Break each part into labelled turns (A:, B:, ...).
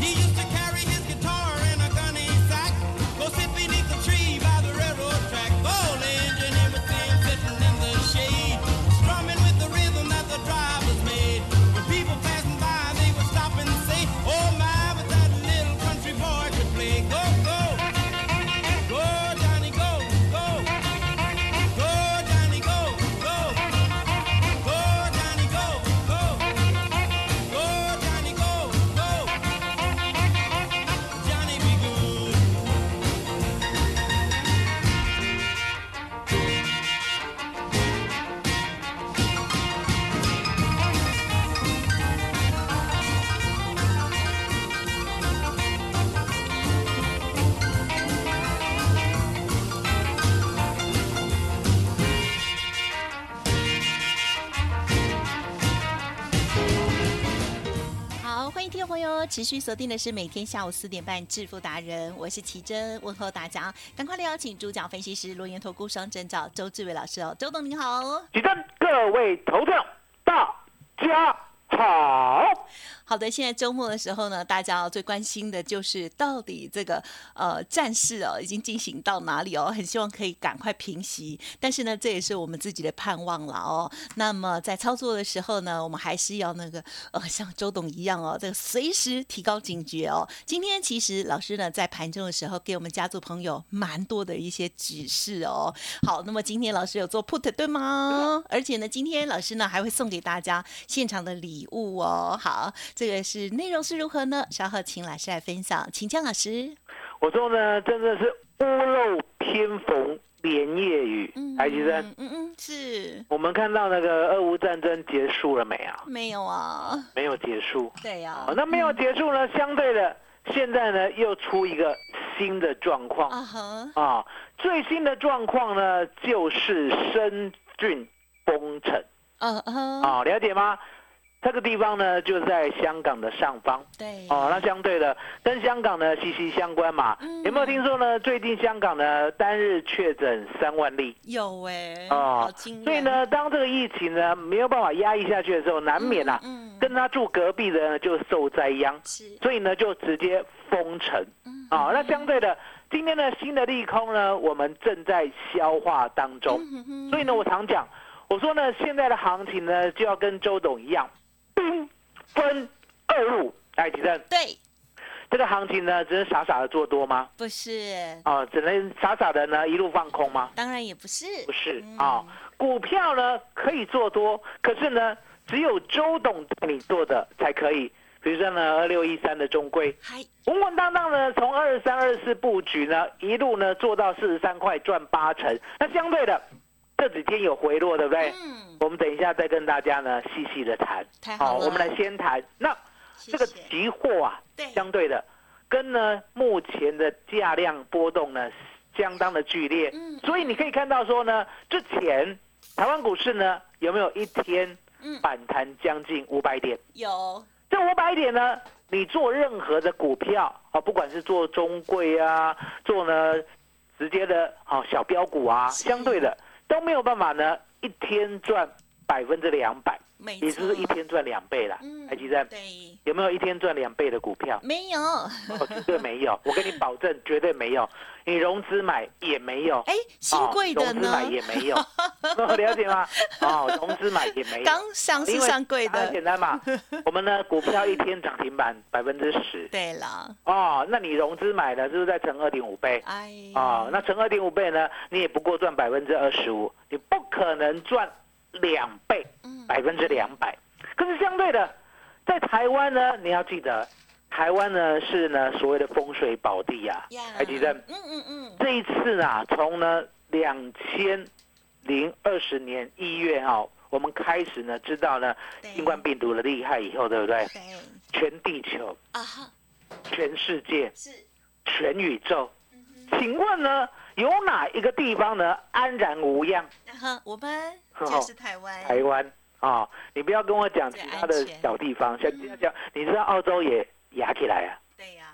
A: He used to carry his guitar in a gunny sack. Go sit beneath the tree by the railroad track. Old engineer would see him sitting in the shade, strumming with the rhythm that the drivers made. When people passing by, they would stop and say, Oh my, but that little country boy could play. Go, go, go, Johnny, go, go, go, Johnny, go, go, go, Johnny, go, go, go, Johnny, go, go. Johnny be good.
B: 好，欢迎听众朋友持续锁定的是每天下午四点半《致富达人》，我是奇珍，问候大家，赶快来邀请主讲分析师罗源投顾双证照周志伟老师哦，周董您好。
C: 举证，各位投票，大家好。
B: 好的，现在周末的时候呢，大家、哦、最关心的就是到底这个呃战事哦已经进行到哪里哦，很希望可以赶快平息，但是呢，这也是我们自己的盼望了哦。那么在操作的时候呢，我们还是要那个呃像周董一样哦，这个随时提高警觉哦。今天其实老师呢在盘中的时候给我们家族朋友蛮多的一些指示哦。好，那么今天老师有做 put 对
C: 嗯
B: 吗？而且呢，今天老师呢还会送给大家现场的礼物哦。好，这个是内容是如何呢？稍后请老师来分享，请江老师。
C: 我说呢，真的是屋漏偏逢连夜雨。台积生，
B: 嗯嗯嗯，是
C: 我们看到那个俄乌战争结束了没啊？
B: 没有啊？
C: 没有结束。
B: 对呀、
C: 哦，那没有结束呢，相对的，现在呢又出一个新的状况
B: 啊哈，
C: 啊。最新的状况呢，就是深圳封城
B: 嗯嗯，
C: 啊，了解吗？这个地方呢，就在香港的上方。
B: 对，
C: 哦，那相对的跟香港呢息息相关嘛。
B: 嗯
C: 有没有听说呢？最近香港呢单日确诊三万例，
B: 有哎、
C: 哦
B: 好惊人。
C: 所以呢，当这个疫情呢没有办法压抑下去的时候，
B: 嗯，
C: 难免啊，
B: 嗯，嗯
C: 跟他住隔壁的呢就受灾殃，
B: 是，
C: 所以呢就直接封城
B: 嗯
C: 啊、那相对的，今天的新的利空呢，我们正在消化当中。
B: 嗯哼哼
C: 所以呢，我常讲，我说呢，现在的行情呢就要跟周董一样，兵分二路。来，提正，
B: 对，
C: 这个行情呢，只能傻傻的做多吗？
B: 不是，
C: 啊、只能傻傻的呢一路放空吗？
B: 当然也不是，
C: 不是
B: 嗯
C: 啊、股票呢可以做多，可是呢，只有周董带你做的才可以。比如说呢，二六一三的中规，
B: 嗨，
C: 稳稳当当呢，从二三二四布局呢，一路呢做到四十三块，赚八成。那相对的，这几天有回落，对不对？
B: 嗯，
C: 我们等一下再跟大家呢细细的谈。
B: 太
C: 好，
B: 好了，
C: 我们来先谈那
B: 谢
C: 这个
B: 谢
C: 期货啊，
B: 对，
C: 相对的跟呢目前的价量波动呢相当的剧烈，
B: 嗯
C: 所以你可以看到说呢，之前台湾股市呢有没有一天
B: 嗯
C: 反弹将近五百点？
B: 有，
C: 这五百点呢，你做任何的股票啊，不管是做中贵啊，做呢直接的啊小标股啊，
B: 是
C: 相对的都没有办法呢一天赚百分之两百，
B: 没
C: 也就
B: 错，
C: 是一天赚两倍啦。
B: 嗯
C: 台积电
B: 对，
C: 有没有一天赚两倍的股票？
B: 没有，
C: 哦，绝对没有，我跟你保证，绝对没有。你融资买也没有，
B: 哎，新
C: 哦
B: 贵的
C: 融资
B: 呢
C: 买？也没 有，了解吗？哦，融资买也没有，
B: 刚上市
C: 因为
B: 上柜
C: 答案
B: 的，
C: 简 单嘛。我们呢，股票一天涨停板百分之十，
B: 对了，
C: 哦，那你融资买的是不是再乘二点五倍？
B: 哎呀，
C: 哦，那乘二点五倍呢，你也不过赚百分之二十五，你不可能赚两倍，
B: 嗯，
C: 百分之两百。可是相对的，在台湾呢，你要记得，台湾呢是呢所谓的风水宝地呀、
B: 呀，
C: 台积电
B: 嗯嗯嗯，
C: 这一次啊，从呢两千零二十年一月啊、我们开始呢知道呢
B: 对
C: 新冠病毒的厉害以后，对不对？
B: 对
C: 全地球、
B: 啊哈，
C: 全世界、
B: 是
C: 全宇宙，
B: 嗯
C: 请问呢有哪一个地方呢安然无恙？
B: 然后我们
C: 哦
B: 就是台湾，
C: 台湾啊、你不要跟我讲其
B: 对
C: 他的
B: 哎安全嗯
C: 小地方，像像你知道澳洲也压起来啊？
B: 对呀，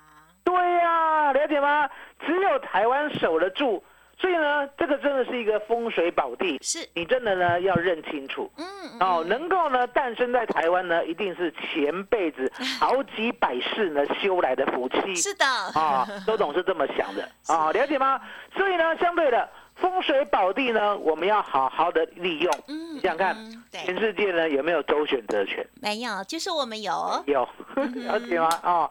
C: 对呀、了解吗？只有台湾守得住，所以呢，这个真的是一个风水宝地，
B: 是
C: 你真的呢要认清楚。
B: 嗯嗯
C: 哦，能够呢诞生在台湾呢，一定是前辈 子好几百世呢修来的福气。
B: 是的，
C: 啊，周董是这么 想的啊，了解吗？所以呢，相对的风水宝地呢，我们要好好的利用。
B: 嗯
C: 你想想看
B: 嗯嗯，对
C: 全世界呢有没有周选择权？
B: 没有，就是我们有，
C: 有，
B: 嗯
C: 了解吗？哦，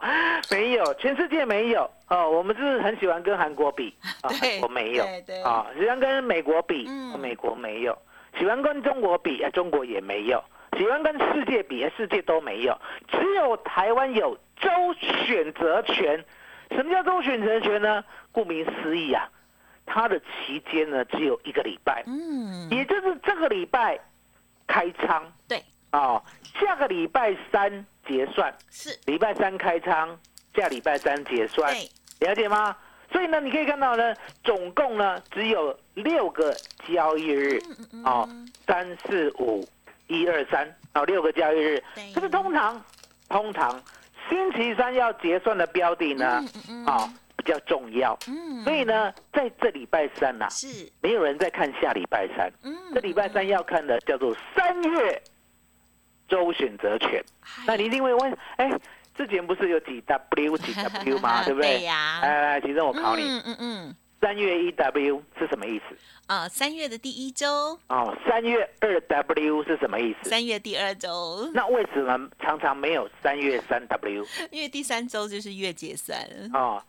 C: 没有，全世界没有。哦，我们就是很喜欢跟韩国比，啊，
B: 对
C: 韩国没有
B: 对对，
C: 啊，喜欢跟美国比，哦
B: 嗯
C: 美国没有；喜欢跟中国比，啊，中国也没有；喜欢跟世界比，啊，世界都没有。只有台湾有周选择权。什么叫周选择权呢？顾名思义啊，它的期间呢只有一个礼拜，
B: 嗯，
C: 也就是这个礼拜开仓
B: 对，
C: 哦，下个礼拜三结算。
B: 是，
C: 礼拜三开仓，下礼拜三结算，
B: 对，
C: 了解吗？所以呢，你可以看到呢，总共呢只有六个交易日，
B: 嗯嗯
C: 哦，三四五，一二三，哦，六个交易日
B: 对。
C: 可是通常，通常星期三要结算的标的呢，
B: 嗯嗯
C: 哦，比较重要。
B: 嗯，
C: 所以呢，在这礼拜三呐、
B: 是，
C: 没有人在看下礼拜三，
B: 嗯，
C: 这礼拜三要看的叫做三月周选择权。
B: 哎，
C: 那你一定会问，哎，之前不是有几 W 几 W 吗？对不对？
B: 对呀
C: 来来来，其中我考你，
B: 嗯嗯嗯，
C: 三月一 W 是什么意思？
B: 啊，三月的第一周，
C: 哦，三月二 W 是什么意思？
B: 三月第二周，
C: 那为什么常常没有三月三 W？
B: 因为第三周就是月结算，
C: 哦，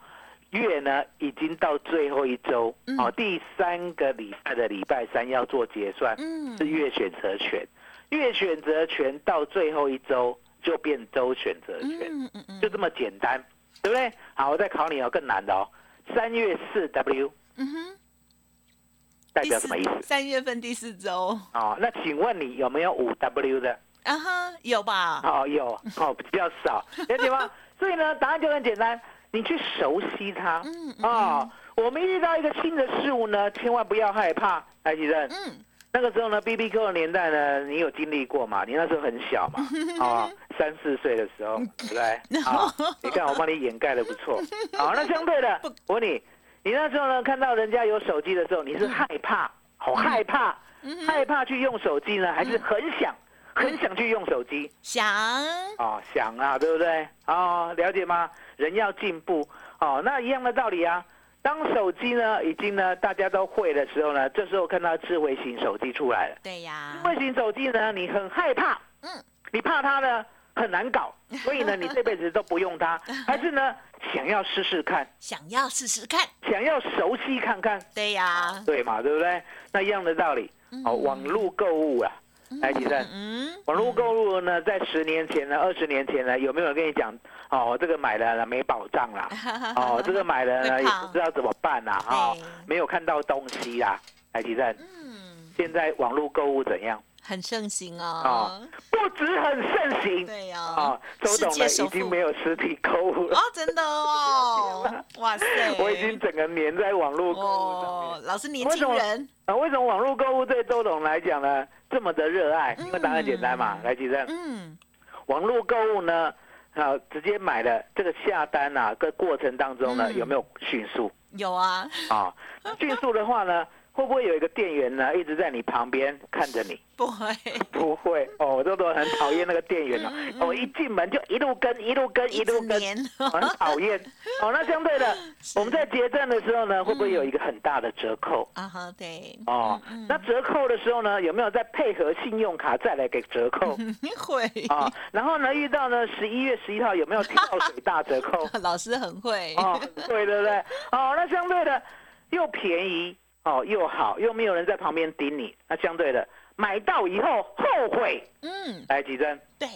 C: 月呢已经到最后一周，
B: 嗯
C: 哦，第三个礼拜的礼拜三要做结算，
B: 嗯
C: 是月选择权，月选择权到最后一周就变周选择权。
B: 嗯嗯嗯，
C: 就这么简单，对不对？好，我再考你哦，更难的哦。三月四 W
B: 嗯哼，
C: 代
B: 第
C: 表什么意思
B: 四？三月份第四周，
C: 哦，那请问你有没有五 W 的？
B: 啊哈，有吧？
C: 哦，有，哦， 比较少，了 解吗？所以呢，答案就很简单，你去熟悉它。
B: 嗯嗯
C: 哦，我们遇到一个新的事物呢，千万不要害怕，来，先生。
B: 嗯，
C: 那个时候呢，B B Q 的年代呢，你有经历过嘛？你那时候很小 嘛，啊、三四岁的时候，
B: 嗯
C: 对不对？啊、你看我帮你掩盖的不 错。好，那相对的，我问你，你那时候呢，看到人家有手机的时候，
B: 嗯
C: 你是害怕，好害怕，害怕去用手机呢，还
B: 嗯
C: 是很想，很想去用手机？
B: 想，
C: 哦，想啊，对不对？哦，了解吗？人要进步哦，那一样的道理啊。当手机呢已经呢大家都会的时候呢，这时候看到智慧型手机出来了。
B: 对
C: 智
B: 呀，
C: 慧型手机呢，你很害怕，
B: 啊嗯
C: 你怕它呢很难搞，所以呢你这辈子都不用它，还是呢想要试试看，
B: 想要试试看，
C: 想要熟悉看看，
B: 对呀，
C: 对嘛？对不对？那一样的道理哦，网络购物啊，来，吉正。
B: 嗯，
C: 网络购物呢，在十年前呢、二十年前呢，有没有人跟你讲哦，这个买了呢没保障 啦，哦，这个买了呢
B: 会
C: 也
B: 胖
C: 不知道怎么办啦，哦
B: 对，
C: 没有看到东西啦。台积电
B: 嗯，
C: 现在网络购物怎样？
B: 很盛行
C: 哦
B: 哦，
C: 不止很盛行
B: 对呀，
C: 哦，周董
B: 世
C: 呢
B: 界首
C: 已
B: 富
C: 经没有实体购物了
B: 哦，，真的哦， 哇塞！
C: 我已经整个黏在网络购物上面。
B: 哦，老师年
C: 为什
B: 轻
C: 么
B: 人，
C: 啊，为什么网络购物对周董来讲呢这么的热爱？因为答案简单嘛，来积电。
B: 嗯，
C: 网络购物呢，啊，直接买了这个下单啊，个过程当中呢，
B: 嗯
C: 有没有迅速
B: 有啊，
C: 啊？迅速的话呢，会不会有一个店员呢一直在你旁边看着你？
B: 不会，
C: 不会哦，我都都很讨厌那个店员了、
B: 嗯
C: 我、一进门就一路跟，一路 跟，一
B: 直
C: 路跟，
B: 黏，
C: 很讨厌。哦，那相 对的，我们在结账的时候呢，
B: 嗯
C: 会不会有一个很大的折扣？
B: 啊哈，对，
C: 哦，
B: 嗯
C: 那折扣的时候呢，有没有再配合信用卡再来给折扣？
B: 会，
C: 啊，然后呢，遇到呢十一月十一号有没有跳水大折 扣？
B: 老师很会，
C: 哦，对对不对？哦，那相对的又便宜哦，又好，又没有人在旁边盯你，那相对的买到以后后悔，
B: 嗯，
C: 来吉珍，
B: 对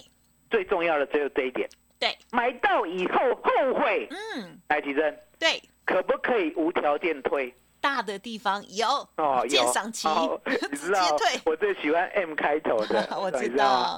C: 最重要的只有这一点，
B: 对，
C: 买到以后后悔，
B: 嗯
C: 来吉珍，
B: 对，
C: 可不可以无条件退？
B: 大的地方有
C: 哦，有
B: 鉴赏期
C: 哦你知道
B: 直接退，
C: 我最喜欢 M 开头的
B: 我知道
C: 你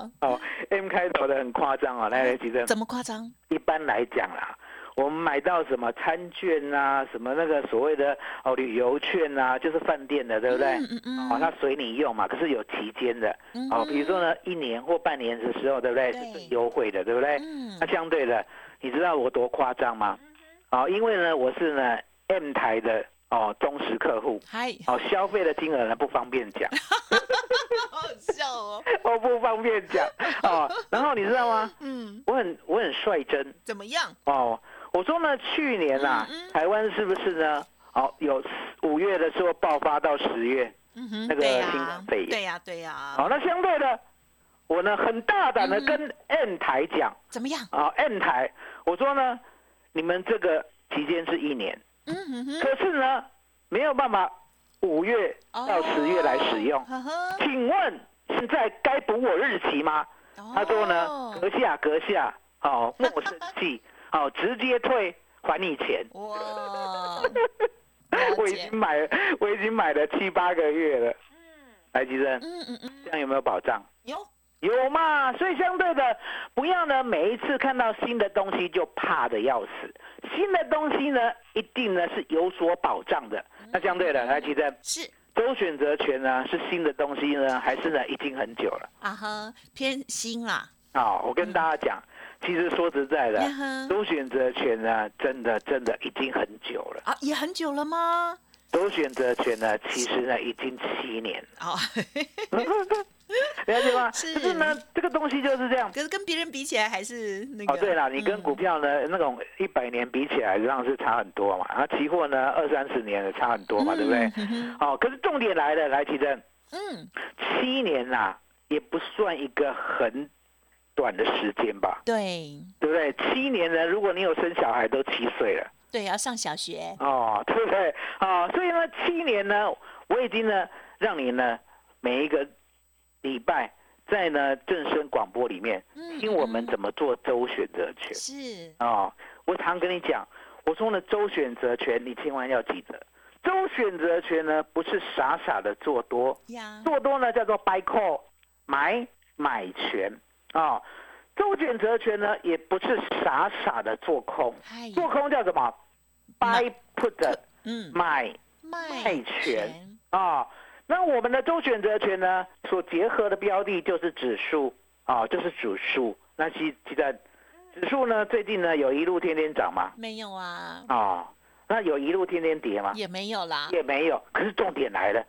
C: 吗哦，M 开头的很夸张哦，来来，其实
B: 怎么夸张？
C: 一般来讲啦，我们买到什么餐券啊，什么那个所谓的哦旅游券啊，就是饭店的，对不对？
B: 嗯嗯嗯
C: 哦，它随你用嘛，可是有期间的。哦，比如说呢，一年或半年的时候，对不对？
B: 对
C: 是最优惠的，对不对？
B: 嗯
C: 那相对的，你知道我多夸张吗？哦，因为呢，我是呢 M 台的哦忠实客户。
B: 嗨，
C: 哦，消费的金额呢不方便讲，
B: 好好笑哦。
C: 我不方便讲哦。然后你知道吗？
B: 嗯，
C: 我很我很率真，
B: 怎么样？
C: 哦，我说呢，去年啊，
B: 嗯嗯
C: 台湾是不是呢？哦，有五月的时候爆发到十月，
B: 嗯哼，
C: 那个
B: 对呀
C: 新冠肺炎
B: 对呀，对呀，
C: 哦，那相对的，我呢很大胆的
B: 嗯
C: 跟 N 台讲
B: 怎么样？
C: 啊、哦、，N 台，我说呢，你们这个期间是一年，
B: 嗯哼哼，
C: 可是呢没有办法五月到十月来使用，
B: 哦呵呵，
C: 请问现在该补我日期吗？他说呢
B: 哦，
C: 阁下阁下， 哦，莫生气，哦，直接退还你钱。
B: 哇，
C: 我
B: 了
C: 已
B: 解
C: 经，买了，我已经买了七八个月了。来，吉生，
B: 嗯嗯嗯，
C: 这样有没有保障？
B: 有，
C: 有嘛，所以相对的，不要呢，每一次看到新的东西就怕的要死。新的东西呢，一定呢是有所保障的。
B: 嗯
C: 那相对的，哎来，吉生，
B: 是
C: 周选择权呢是新的东西呢，还是呢已经很久了？
B: 啊哈，偏心啦，
C: 啊、我跟大家
B: 嗯
C: 讲，其实说实在的
B: 呀哈，
C: 周选择权呢，真的真的已经很久了。
B: 啊，也很久了吗？
C: 周选择权呢，其实呢已经七年了。
B: 哦，
C: 了解吗？
B: 是
C: 可是呢，这个东西就是这样。
B: 可是跟别人比起来还是那个，啊嗯
C: 哦，对了，你跟股票呢、那种一百年比起来，实际上是差很多嘛。啊，期货呢二三十年也差很多嘛，对不对？哦，可是重点来了，来提振，
B: 嗯，
C: 七年呐、也不算一个很短的时间吧，
B: 对
C: 对不对？七年呢，如果你有生小孩都七岁了，
B: 对，要上小学，
C: 哦， 对不对？哦，所以呢，七年呢，我已经呢让你呢每一个礼拜在呢正声广播里面。
B: 嗯，
C: 听我们
B: 嗯
C: 怎么做周选择权
B: 是
C: 哦。我常跟你讲，我说呢，周选择权你千万要记得，周选择权呢不是傻傻的做多，
B: 呀，
C: 做多呢叫做 buy call 买买权啊、哦。周选择权呢也不是傻傻的做空，
B: 嗨，
C: 做空叫什
B: 嗯
C: 么
B: 买
C: ？buy put
B: 嗯，
C: 买
B: 卖
C: 卖权，啊、那我们的周选择权呢，所结合的标的就是指数啊、就是指数。那其其实指数呢，最近呢有一路天天涨嘛，
B: 没有啊，
C: 啊、那有一路天天跌嘛，
B: 也没有啦，
C: 啊也没有。可是重点来了，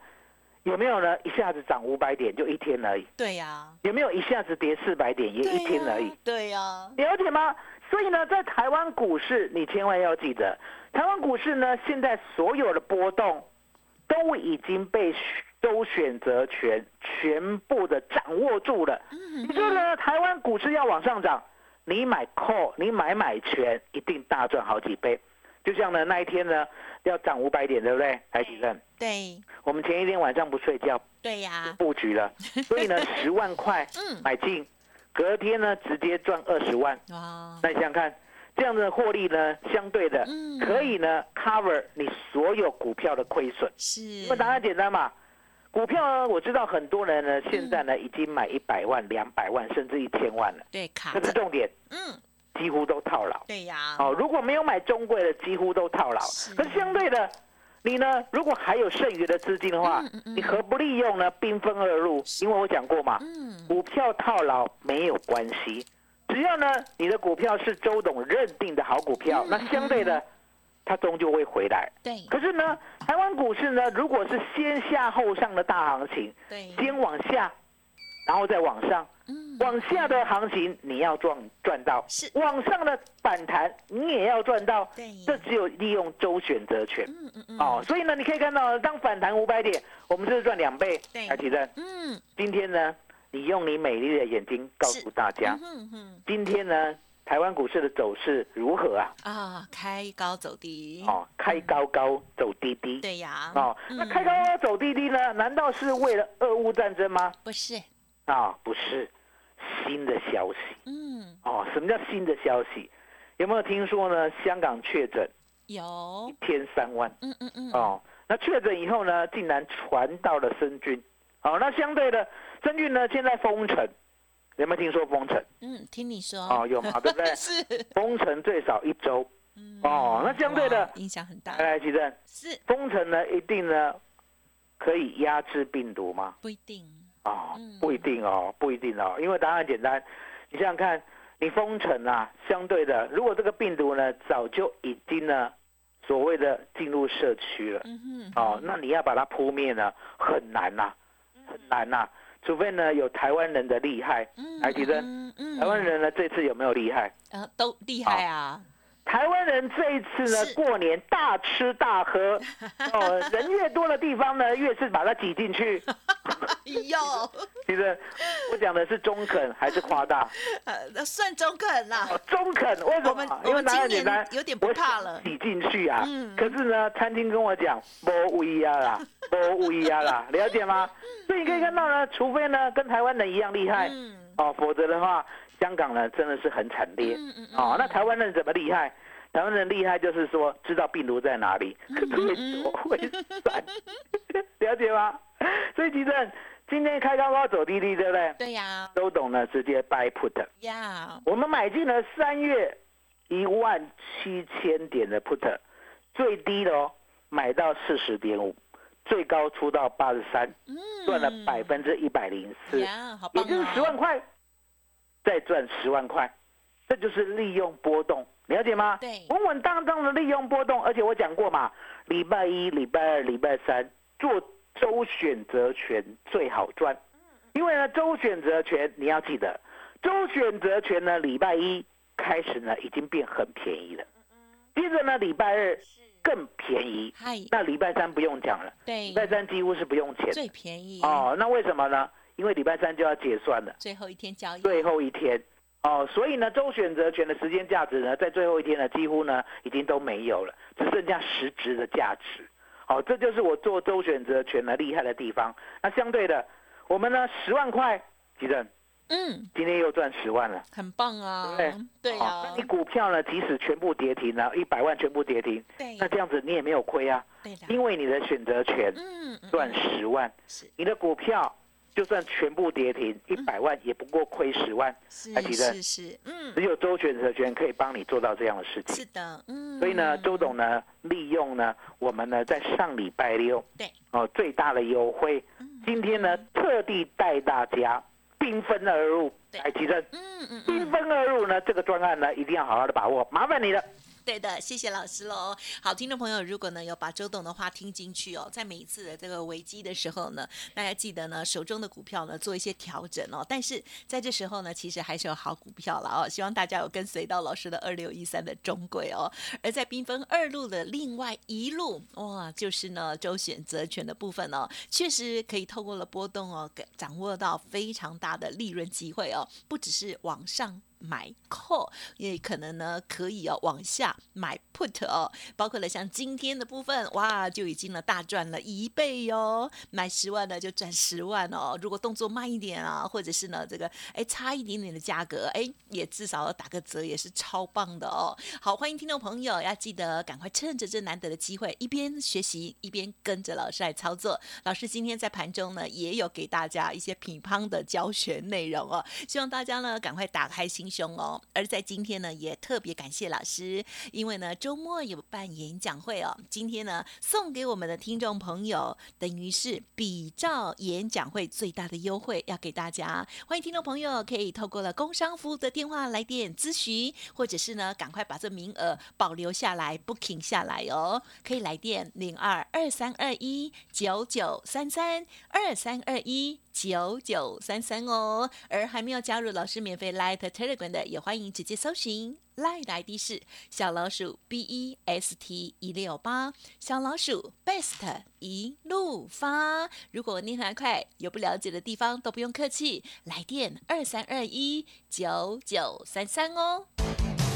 C: 有没有呢？一下子涨五百点就一天而已，
B: 对呀，
C: 有没有一下子跌四百点也
B: 对
C: 一天
B: 呀
C: 而已？，
B: 对呀，
C: 了解吗？所以呢，在台湾股市，你千万要记得，台湾股市呢，现在所有的波动都已经被选周选择权全部的掌握住了。也就是呢，台湾股市要往上涨，你买 call，你买买权，一定大赚好几倍。就像呢，那一天呢，要涨五百点，对不对？台积电，
B: 对
C: 我们前一天晚上不睡觉
B: 对呀，
C: 布局了，所以呢，十万块
B: 啊嗯
C: 买进，隔天呢直接赚二十万。
B: 哇，
C: 那你想想看，这样的获利呢，相对的，
B: 啊嗯
C: 可以呢 cover 你所有股票的亏损。
B: 是
C: 那么答案简单嘛？股票呢，我知道很多人呢，现在
B: 嗯
C: 呢已经买一百万、两百万，甚至一千万了。
B: 对卡
C: 可是
B: 着，
C: 重点，
B: 嗯，
C: 几乎都套牢。
B: 对呀，
C: 哦，如果没有买中贵的，几乎都套牢
B: 啊是。
C: 可是相对的，你呢，如果还有剩余的资金的话
B: 嗯嗯，嗯
C: 你何不利用呢？兵分二路，因为我讲过嘛，
B: 嗯，
C: 股票套牢没有关系，只要呢你的股票是周董认定的好股
B: 嗯
C: 票，那相对的，它终究会回来。
B: 对
C: 可是呢，台湾股市呢，如果是先下后上的大行情，
B: 对，
C: 先往下，然后再往上，
B: 嗯，
C: 往下的行情你要赚赚到，
B: 是
C: 往上的反弹你也要赚到
B: 对，
C: 这只有利用周选择权。
B: 嗯嗯嗯，
C: 哦，所以呢，你可以看到，当反弹五百点，我们是不是赚两倍。
B: 对
C: 来，提振。
B: 嗯，
C: 今天呢，你用你美丽的眼睛告诉大家
B: 嗯，哼哼
C: 今天呢，台湾股市的走势如何啊？
B: 啊，开高走低，
C: 哦，开高高走低低。
B: 嗯对呀，
C: 哦，那
B: 嗯
C: 开高高走低低呢？难道是为了俄乌战争吗？
B: 不是，
C: 啊、不是，新的消息
B: 嗯，
C: 哦。什么叫新的消息？有没有听说呢？香港确诊
B: 有，
C: 天三万
B: 嗯嗯嗯，
C: 哦，那确诊以后呢，竟然传到了深菌。好、那相对的，深菌呢现在封城，有没有听说封城？
B: 嗯，听你说，
C: 哦，有嘛，对不 对？
B: 是，
C: 封城最少一周。
B: 嗯
C: 哦那相对的
B: 哇影响很大，
C: 来来，奇正，
B: 是
C: 封城呢一定呢可以压制病毒吗？
B: 不一定，
C: 啊、
B: 嗯
C: 不一定哦，不一定哦，因为答案简单，你想想看，你封城啊，相对的，如果这个病毒呢早就已经呢所谓的进入社区了，
B: 嗯嗯哼，
C: 哦，那你要把它扑灭呢，很难呐、很难呐、除非呢有台湾人的厉害，
B: 嗯，
C: 来提升
B: 嗯，嗯
C: 台湾人呢这次有没有厉害？
B: 啊都厉害啊，
C: 台湾人这一次呢
B: 是，
C: 过年大吃大 喝，哦，人越多的地方呢，越是把它挤 进去。
B: 哎有，
C: 其实我讲的是中肯还是夸 大？
B: 呃算中肯啦，
C: 哦中肯，为什
B: 我们
C: 么？
B: 我
C: 因为
B: 们
C: 答
B: 今
C: 案简单
B: 年，有点不怕了
C: 我想挤进去啊。
B: 嗯
C: 可是呢，餐厅跟我讲不乌 鸦啦，不乌鸦啦，了解吗？所以你可以看到呢，除非呢跟台湾人一样厉害
B: 嗯
C: 哦，否则的话，香港呢真的是很惨烈。
B: 嗯嗯，
C: 哦，那台湾人怎么厉害？台湾人厉害就是说知道病毒在哪里，
B: 嗯
C: 可是我会散， 了解吗？所以其实今天开高高走低低，对不对？
B: 对呀
C: 周董呢直接 buy put，
B: 呀，
C: 我们买进了三月一万七千点的 put，最低的哦，买到四十点五，最高出到八十三，
B: 嗯，
C: 赚了百分之一百零四。
B: 呀，好
C: 也
B: 棒
C: 就是
B: 啊
C: 十万块，再赚十万块，这就是利用波动，了解吗？
B: 对
C: 稳稳当当的利用波动，而且我讲过嘛，礼拜一、礼拜二、礼拜三做周选择权最好赚，
B: 嗯
C: 因为呢，周选择权你要记得，周选择权呢，礼拜一开始呢已经变很便宜了，
B: 嗯
C: 接着呢，礼拜二更便宜，
B: 嗨，
C: 那礼拜三不用讲了，
B: 对
C: 礼，拜三几乎是不用钱的
B: 最便宜，
C: 哦，那为什么呢？因为礼拜三就要结算了，
B: 最后一天交易，
C: 最后一天哦，所以呢，周选择权的时间价值呢，在最后一天呢，几乎呢已经都没有了，只剩下实质的价值。哦，这就是我做周选择权的厉害的地方。那相对的，我们呢十万块，吉正
B: 嗯，
C: 今天又赚十万了。
B: 很棒啊
C: 对不，
B: 对
C: 哦
B: 啊
C: 那你，股票呢，即使全部跌停了，一百万全部跌停，
B: 对
C: 那这样子你也没有亏啊，
B: 对的，
C: 因为你的选择权
B: 嗯，嗯
C: 赚十万，
B: 是
C: 你的股票就算全部跌停，
B: 嗯
C: 一百万也不过亏十万。
B: 是
C: 还记得
B: 是是，嗯，
C: 只有周选择权可以帮你做到这样的事情。
B: 是的，嗯，
C: 所以呢，周董呢，利用呢，我们呢在上礼拜六
B: 对嗯
C: 哦最大的优惠，今天呢特地带大家兵分而入，
B: 对
C: 来提振。
B: 嗯嗯嗯，
C: 兵分而入呢，这个专案呢一定要好好的把握，麻烦你 了。
B: 对的，谢谢老师喽。好，听众朋友，如果呢有把周董的话听进去哦，在每一次的这个危机的时候呢，大家记得呢手中的股票呢做一些调整哦。但是在这时候呢，其实还是有好股票了哦。希望大家有跟随到老师的二六一三的中轨哦。而在缤纷二路的另外一路，哇，就是呢周选择权的部分哦，确实可以透过了波动哦，给掌握到非常大的利润机会哦，不只是往上。买 call 也可能呢，可以哦往下买 put 哦，包括了像今天的部分，哇，就已经呢大赚了一倍哟、买十万呢就赚十万哦。如果动作慢一点啊，或者是呢这个哎差一点点的价格，哎也至少打个折，也是超棒的哦。好，欢迎听众朋友要记得赶快趁着这难得的机会，一边学习一边跟着老师来操作。老师今天在盘中呢也有给大家一些乒乓的教学内容哦，希望大家呢赶快打开心胸哦。而在今天呢，也特别感谢老师，因为呢周末有办演讲会哦，今天呢送给我们的听众朋友，等于是比照演讲会最大的优惠要给大家。欢迎听众朋友可以透过了工商服务的电话来电咨询，或者是呢赶快把这名额保留下来，booking 下来哦，可以来电零二二三二一九九三三二三二一。九九三三哦。而还没有加入老师免费 Light Telegram 的，也欢迎直接搜寻 Light 的 ID 是小老鼠 B E S T 一六八，小老鼠 Best 一路发。如果您还快，有不了解的地方都不用客气，来电二三二一九九三三哦。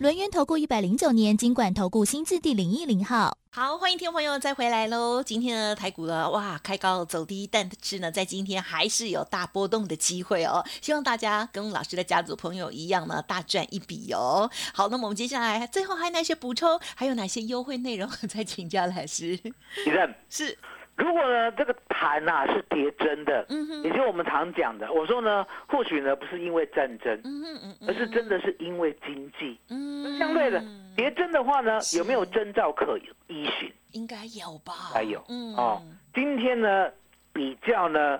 D: 轮源投顾一百零九年经管投顾新字第零一零号。
B: 好，欢迎听众朋友再回来喽！今天呢，台股呢，哇，开高走低，但是呢，在今天还是有大波动的机会哦。希望大家跟老师的家族朋友一样呢，大赚一笔哦。好，那么我们接下来最后还有哪些补充，还有哪些优惠内容，再请教老师。
C: 你看，
B: 是，
C: 如果呢这个盘呐、是跌真的，
B: 嗯哼，
C: 也就是我们常讲的，我说呢，或许呢不是因为战争，
B: 嗯哼嗯嗯，
C: 呃而是真的是因为经济。
B: 嗯，
C: 相对的，跌真的话呢，
B: 是
C: 有没有征兆可依循？
B: 应该有吧？
C: 还有
B: 嗯，
C: 哦，今天呢比较呢，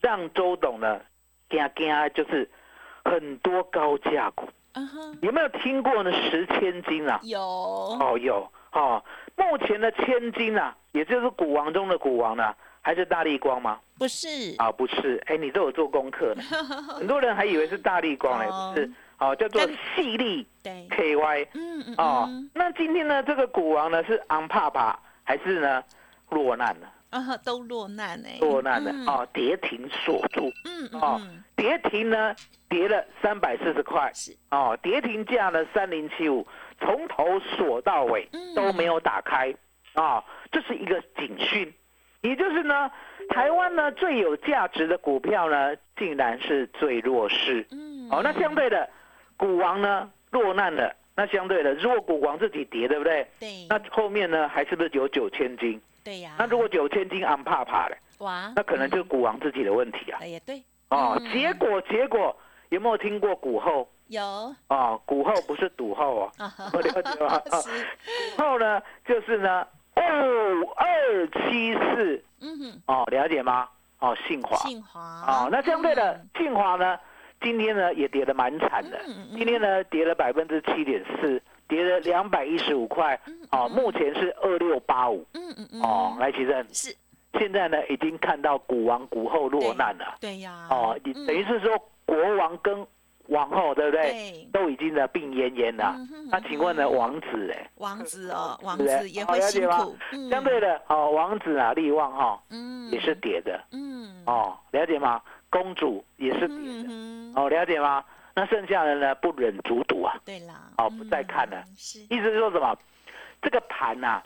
C: 让周董呢惊惊啊就是很多高价股，
B: 嗯哼，
C: 有没有听过呢？十千金啊，
B: 有，嗯
C: 哦有哦，目前的千金啊，也就是股王中的股王呢、还是大力光吗？
B: 不是，
C: 啊，不是，哎，你都有做功课 呢，很多人还以为是大力光嘞，
B: 哦
C: 不是，哦，叫做
B: 但
C: 细粒
B: 对，
C: KY
B: 嗯嗯，
C: 哦
B: 嗯，
C: 那今天呢，这个股王呢是昂帕帕还是呢落难了？
B: 啊哈，都落难哎，
C: 落难了
B: 嗯
C: 哦，跌停锁住，
B: 嗯嗯
C: 哦
B: 嗯，
C: 跌停呢跌了三百四十块
B: 是，
C: 哦，跌停价呢三零七五，从头锁到尾
B: 嗯
C: 都没有打开啊、这是一个警讯，也就是呢，台湾呢最有价值的股票呢，竟然是最弱势。
B: 嗯，
C: 哦，那相对的，股王呢落难了，那相对的，如果股王自己跌，对不对？
B: 对，
C: 那后面呢，还是不是有九千金？
B: 对呀，
C: 那如果九千金安怕怕的，
B: 哇，
C: 那可能就是股王自己的问题啊。
B: 哎呀，对，
C: 哦
B: 嗯，
C: 结果结果有没有听过股后？
B: 有
C: 哦，股后不是赌后 哦，
B: 啊哈，
C: 我了解吗？哦
B: 是，
C: 股后呢，就是呢，哦，二七四
B: 嗯哼，
C: 哦，了解吗？哦，信华
B: 信华，
C: 哦，那相对的
B: 嗯，
C: 信华呢，今天呢也跌得蛮惨的
B: 嗯嗯，嗯
C: 今天呢跌了百分之七点四，跌了两百一十五块
B: 嗯嗯，
C: 哦，
B: 嗯
C: 目前是二六八五，
B: 嗯嗯嗯，
C: 哦，来奇正，
B: 是，
C: 现在呢已经看到股王股后落难了，
B: 对呀，
C: 哦，你
B: 嗯
C: 等于是说国王跟王后对不对？
B: 对，
C: 都已经呢病恹恹了
B: 嗯哼，
C: 啊那请问呢王子嘞？
B: 王子哦，王
C: 对
B: 子也会
C: 哦了
B: 辛
C: 解吧
B: 苦，嗯
C: 相对，的哦，王子啊力旺哈
B: 嗯，
C: 也是，跌的
B: 嗯，
C: 哦，了解吗？公主也是跌的。
B: 嗯哼，
C: 哦，了解吗？那剩下的呢，不忍卒睹啊，
B: 对啦，
C: 哦不再看了
B: 嗯，是，
C: 意思是说什么？这个盘呐、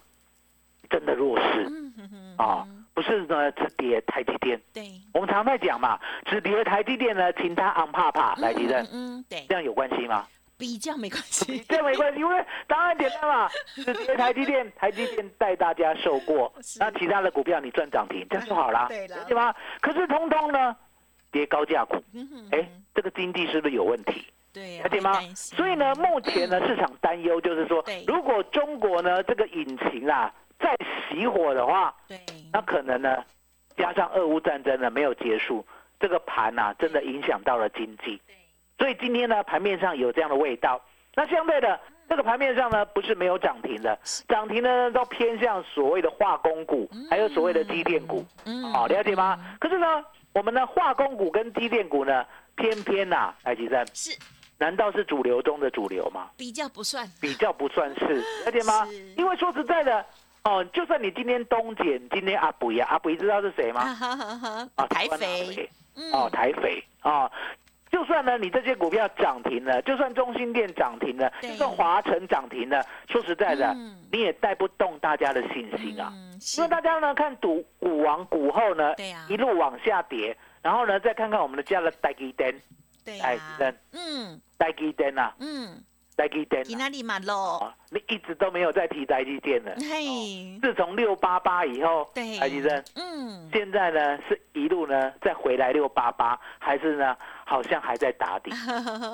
C: 真的弱势，
B: 嗯哼哼，
C: 哦
B: 嗯
C: 不是呢，只跌台积电。
B: 对，
C: 我们常在讲嘛，只跌台积电呢，请他昂怕怕来积电
B: 嗯，嗯，嗯对
C: 这，样有关系吗？
B: 比较没关系，
C: 这样没关系，因为答案简单嘛，只跌台积 电，台积电带大家受过
B: 是，
C: 那其他的股票你赚涨停，这样就好啦，
B: 对啦
C: 对吗？可是通通呢，跌高价股，
B: 嗯哼
C: 哎
B: 哼，
C: 这个经济是不是有问题？
B: 对呀，啊
C: 了解
B: 会
C: 吗
B: 担？心
C: 所以呢，目前呢，市场担忧就是说
B: 嗯对，
C: 如果中国呢这个引擎啊再熄火的话，
B: 对，
C: 那可能呢，加上俄乌战争呢没有结束，这个盘呐、真的影响到了经济。所以今天呢，盘面上有这样的味道。那相对的，这个盘面上呢，不是没有涨停的，涨停呢都偏向所谓的化工股，还有所谓的机电股。
B: 嗯，
C: 哦，了解吗？可是呢，我们呢化工股跟机电股呢，偏偏呐、来吉正
B: 是
C: 难道是主流中的主流吗？
B: 嗯比较不算，
C: 比较不算是，了解吗
B: 是？
C: 因为说实在的，哦，就算你今天东减，今天阿布呀，阿布知道是谁吗？
B: 啊哈哈哈
C: 啊，，
B: 台
C: 台湾阿
B: 肥
C: 北，
B: 嗯
C: 哦，台肥哦。就算呢，你这些股票涨停了，就算中心店涨停了，就
B: 对
C: 算华晨涨停了，说实在的，
B: 嗯
C: 你也带不动大家的信心啊。
B: 嗯，
C: 因为大家呢看赌股王股后呢，
B: 对啊呀
C: 一路往下跌，然后呢再看看我们的家的代基灯，
B: 对啊
C: 哎
B: 呀
C: 人，
B: 嗯
C: 代基灯啊，
B: 嗯，
C: 代基灯啊、
B: 吉那里马喽，
C: 哦，你一直都没有再提台积电了。
B: 嘿，
C: 自从六八八以后，
B: 对，
C: 台积电
B: 嗯，
C: 现在呢是一路呢再回来六八八，还是呢好像还在打
B: 嗯
C: 底。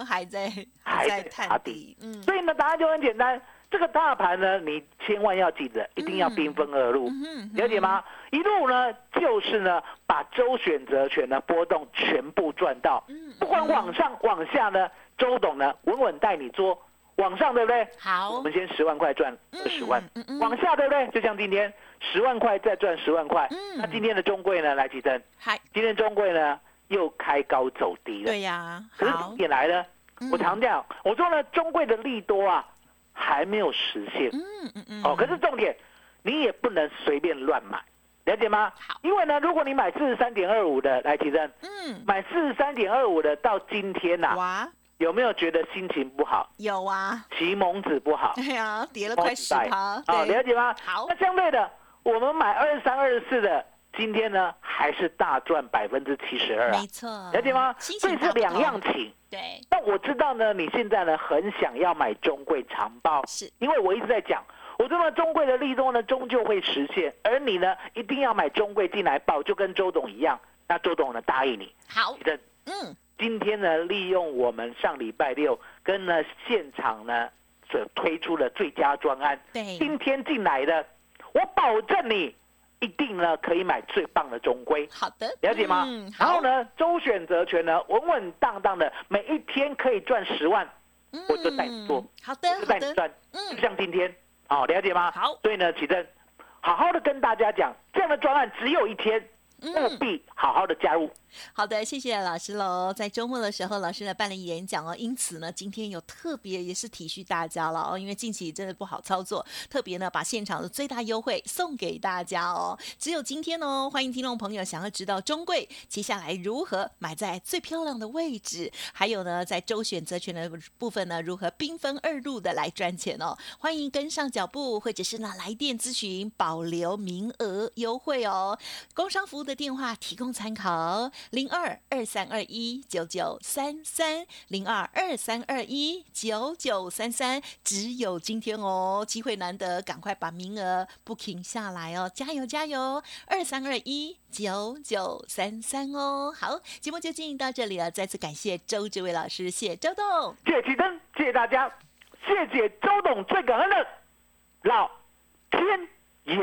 B: 还在
C: 还
B: 在
C: 在打
B: 探
C: 底
B: 底，嗯
C: 所以呢，答案就很简单，这个大盘呢，你千万要记着，一定要兵分二路，
B: 嗯哼，
C: 了解吗？一路呢就是呢把周选择权的波动全部赚到，
B: 嗯？嗯，
C: 不管往上往下呢，周董呢稳稳带你做，往上对不对？我
B: 好
C: 们，先十万块赚二十万。
B: 嗯嗯，
C: 往下对不对？就像今天十万块再赚十万块，
B: 嗯
C: 那今天的中贵呢？来，吉珍，
B: 还
C: 今天中贵呢又开高走低了。
B: 对呀，
C: 可是
B: 好，
C: 也来了，
B: 嗯
C: 我常讲，我说呢，中贵的利多啊还没有实现哦
B: 嗯嗯嗯，
C: 哦。可是重点，你也不能随便乱买，了解吗？
B: 好
C: 因为呢，如果你买四十三点二五的，来提升，
B: 嗯，
C: 买四十三点二五的，到今天呐、
B: 哇，
C: 有没有觉得心情不好，
B: 有啊，
C: 骑蒙子不好？
B: 对呀，跌了快
C: 哦
B: 十趴，
C: 好，
B: 对
C: 了解吗？
B: 好
C: 那相对的，我们买二三、二四的，今天呢还是大赚百分之七十二啊
B: 没，错，
C: 了解吗？
B: 心
C: 所以
B: 情
C: 是
B: 大不
C: 两
B: 同
C: 样，情。
B: 对，
C: 那我知道呢，你现在呢很想要买中贵长报，
B: 是
C: 因为我一直在讲，我知道中贵的利多呢终究会实现，而你呢一定要买中贵进来报，就跟周董一样。那周董呢答应你，
B: 好，
C: 的
B: 嗯，
C: 今天呢，利用我们上礼拜六跟呢现场呢所推出的最佳专案，
B: 对，
C: 今天进来的，我保证你一定呢可以买最棒的中规，
B: 好的，
C: 了解吗？
B: 嗯，
C: 然
B: 好
C: 后，呢，周选择权呢稳稳当当的，每一天可以赚十万，我就带你做
B: 嗯好
C: 我
B: 的，
C: 就
B: 好
C: 带你
B: 的，
C: 赚，就
B: 嗯，
C: 像今天，哦，了解吗？
B: 好
C: 所以呢，启正，好好的跟大家讲，这样的专案只有一天，务
B: 嗯。
C: 必好好的加入。
B: 好的，谢谢老师喽。在周末的时候，老师呢办了演讲哦，因此呢，今天有特别也是体恤大家了哦，因为近期真的不好操作，特别呢把现场的最大优惠送给大家哦。只有今天哦，欢迎听众朋友想要知道中贵接下来如何买在最漂亮的位置，还有呢在周选择权的部分呢如何兵分二路的来赚钱哦。欢迎跟上脚步，或者是呢来电咨询，保留名额优惠哦。工商服务的电话提供参考：零二二三二一九九三三，零二二三二一九九三三。只有今天哦，机会难得，赶快把名额 booking 下来哦，加油加油！二三二一九九三三哦。好，节目就进行到这里了，再次感谢周志伟老师，谢谢周董。
C: 谢谢启灯，谢谢大家，谢谢周董最感恩的老天爷。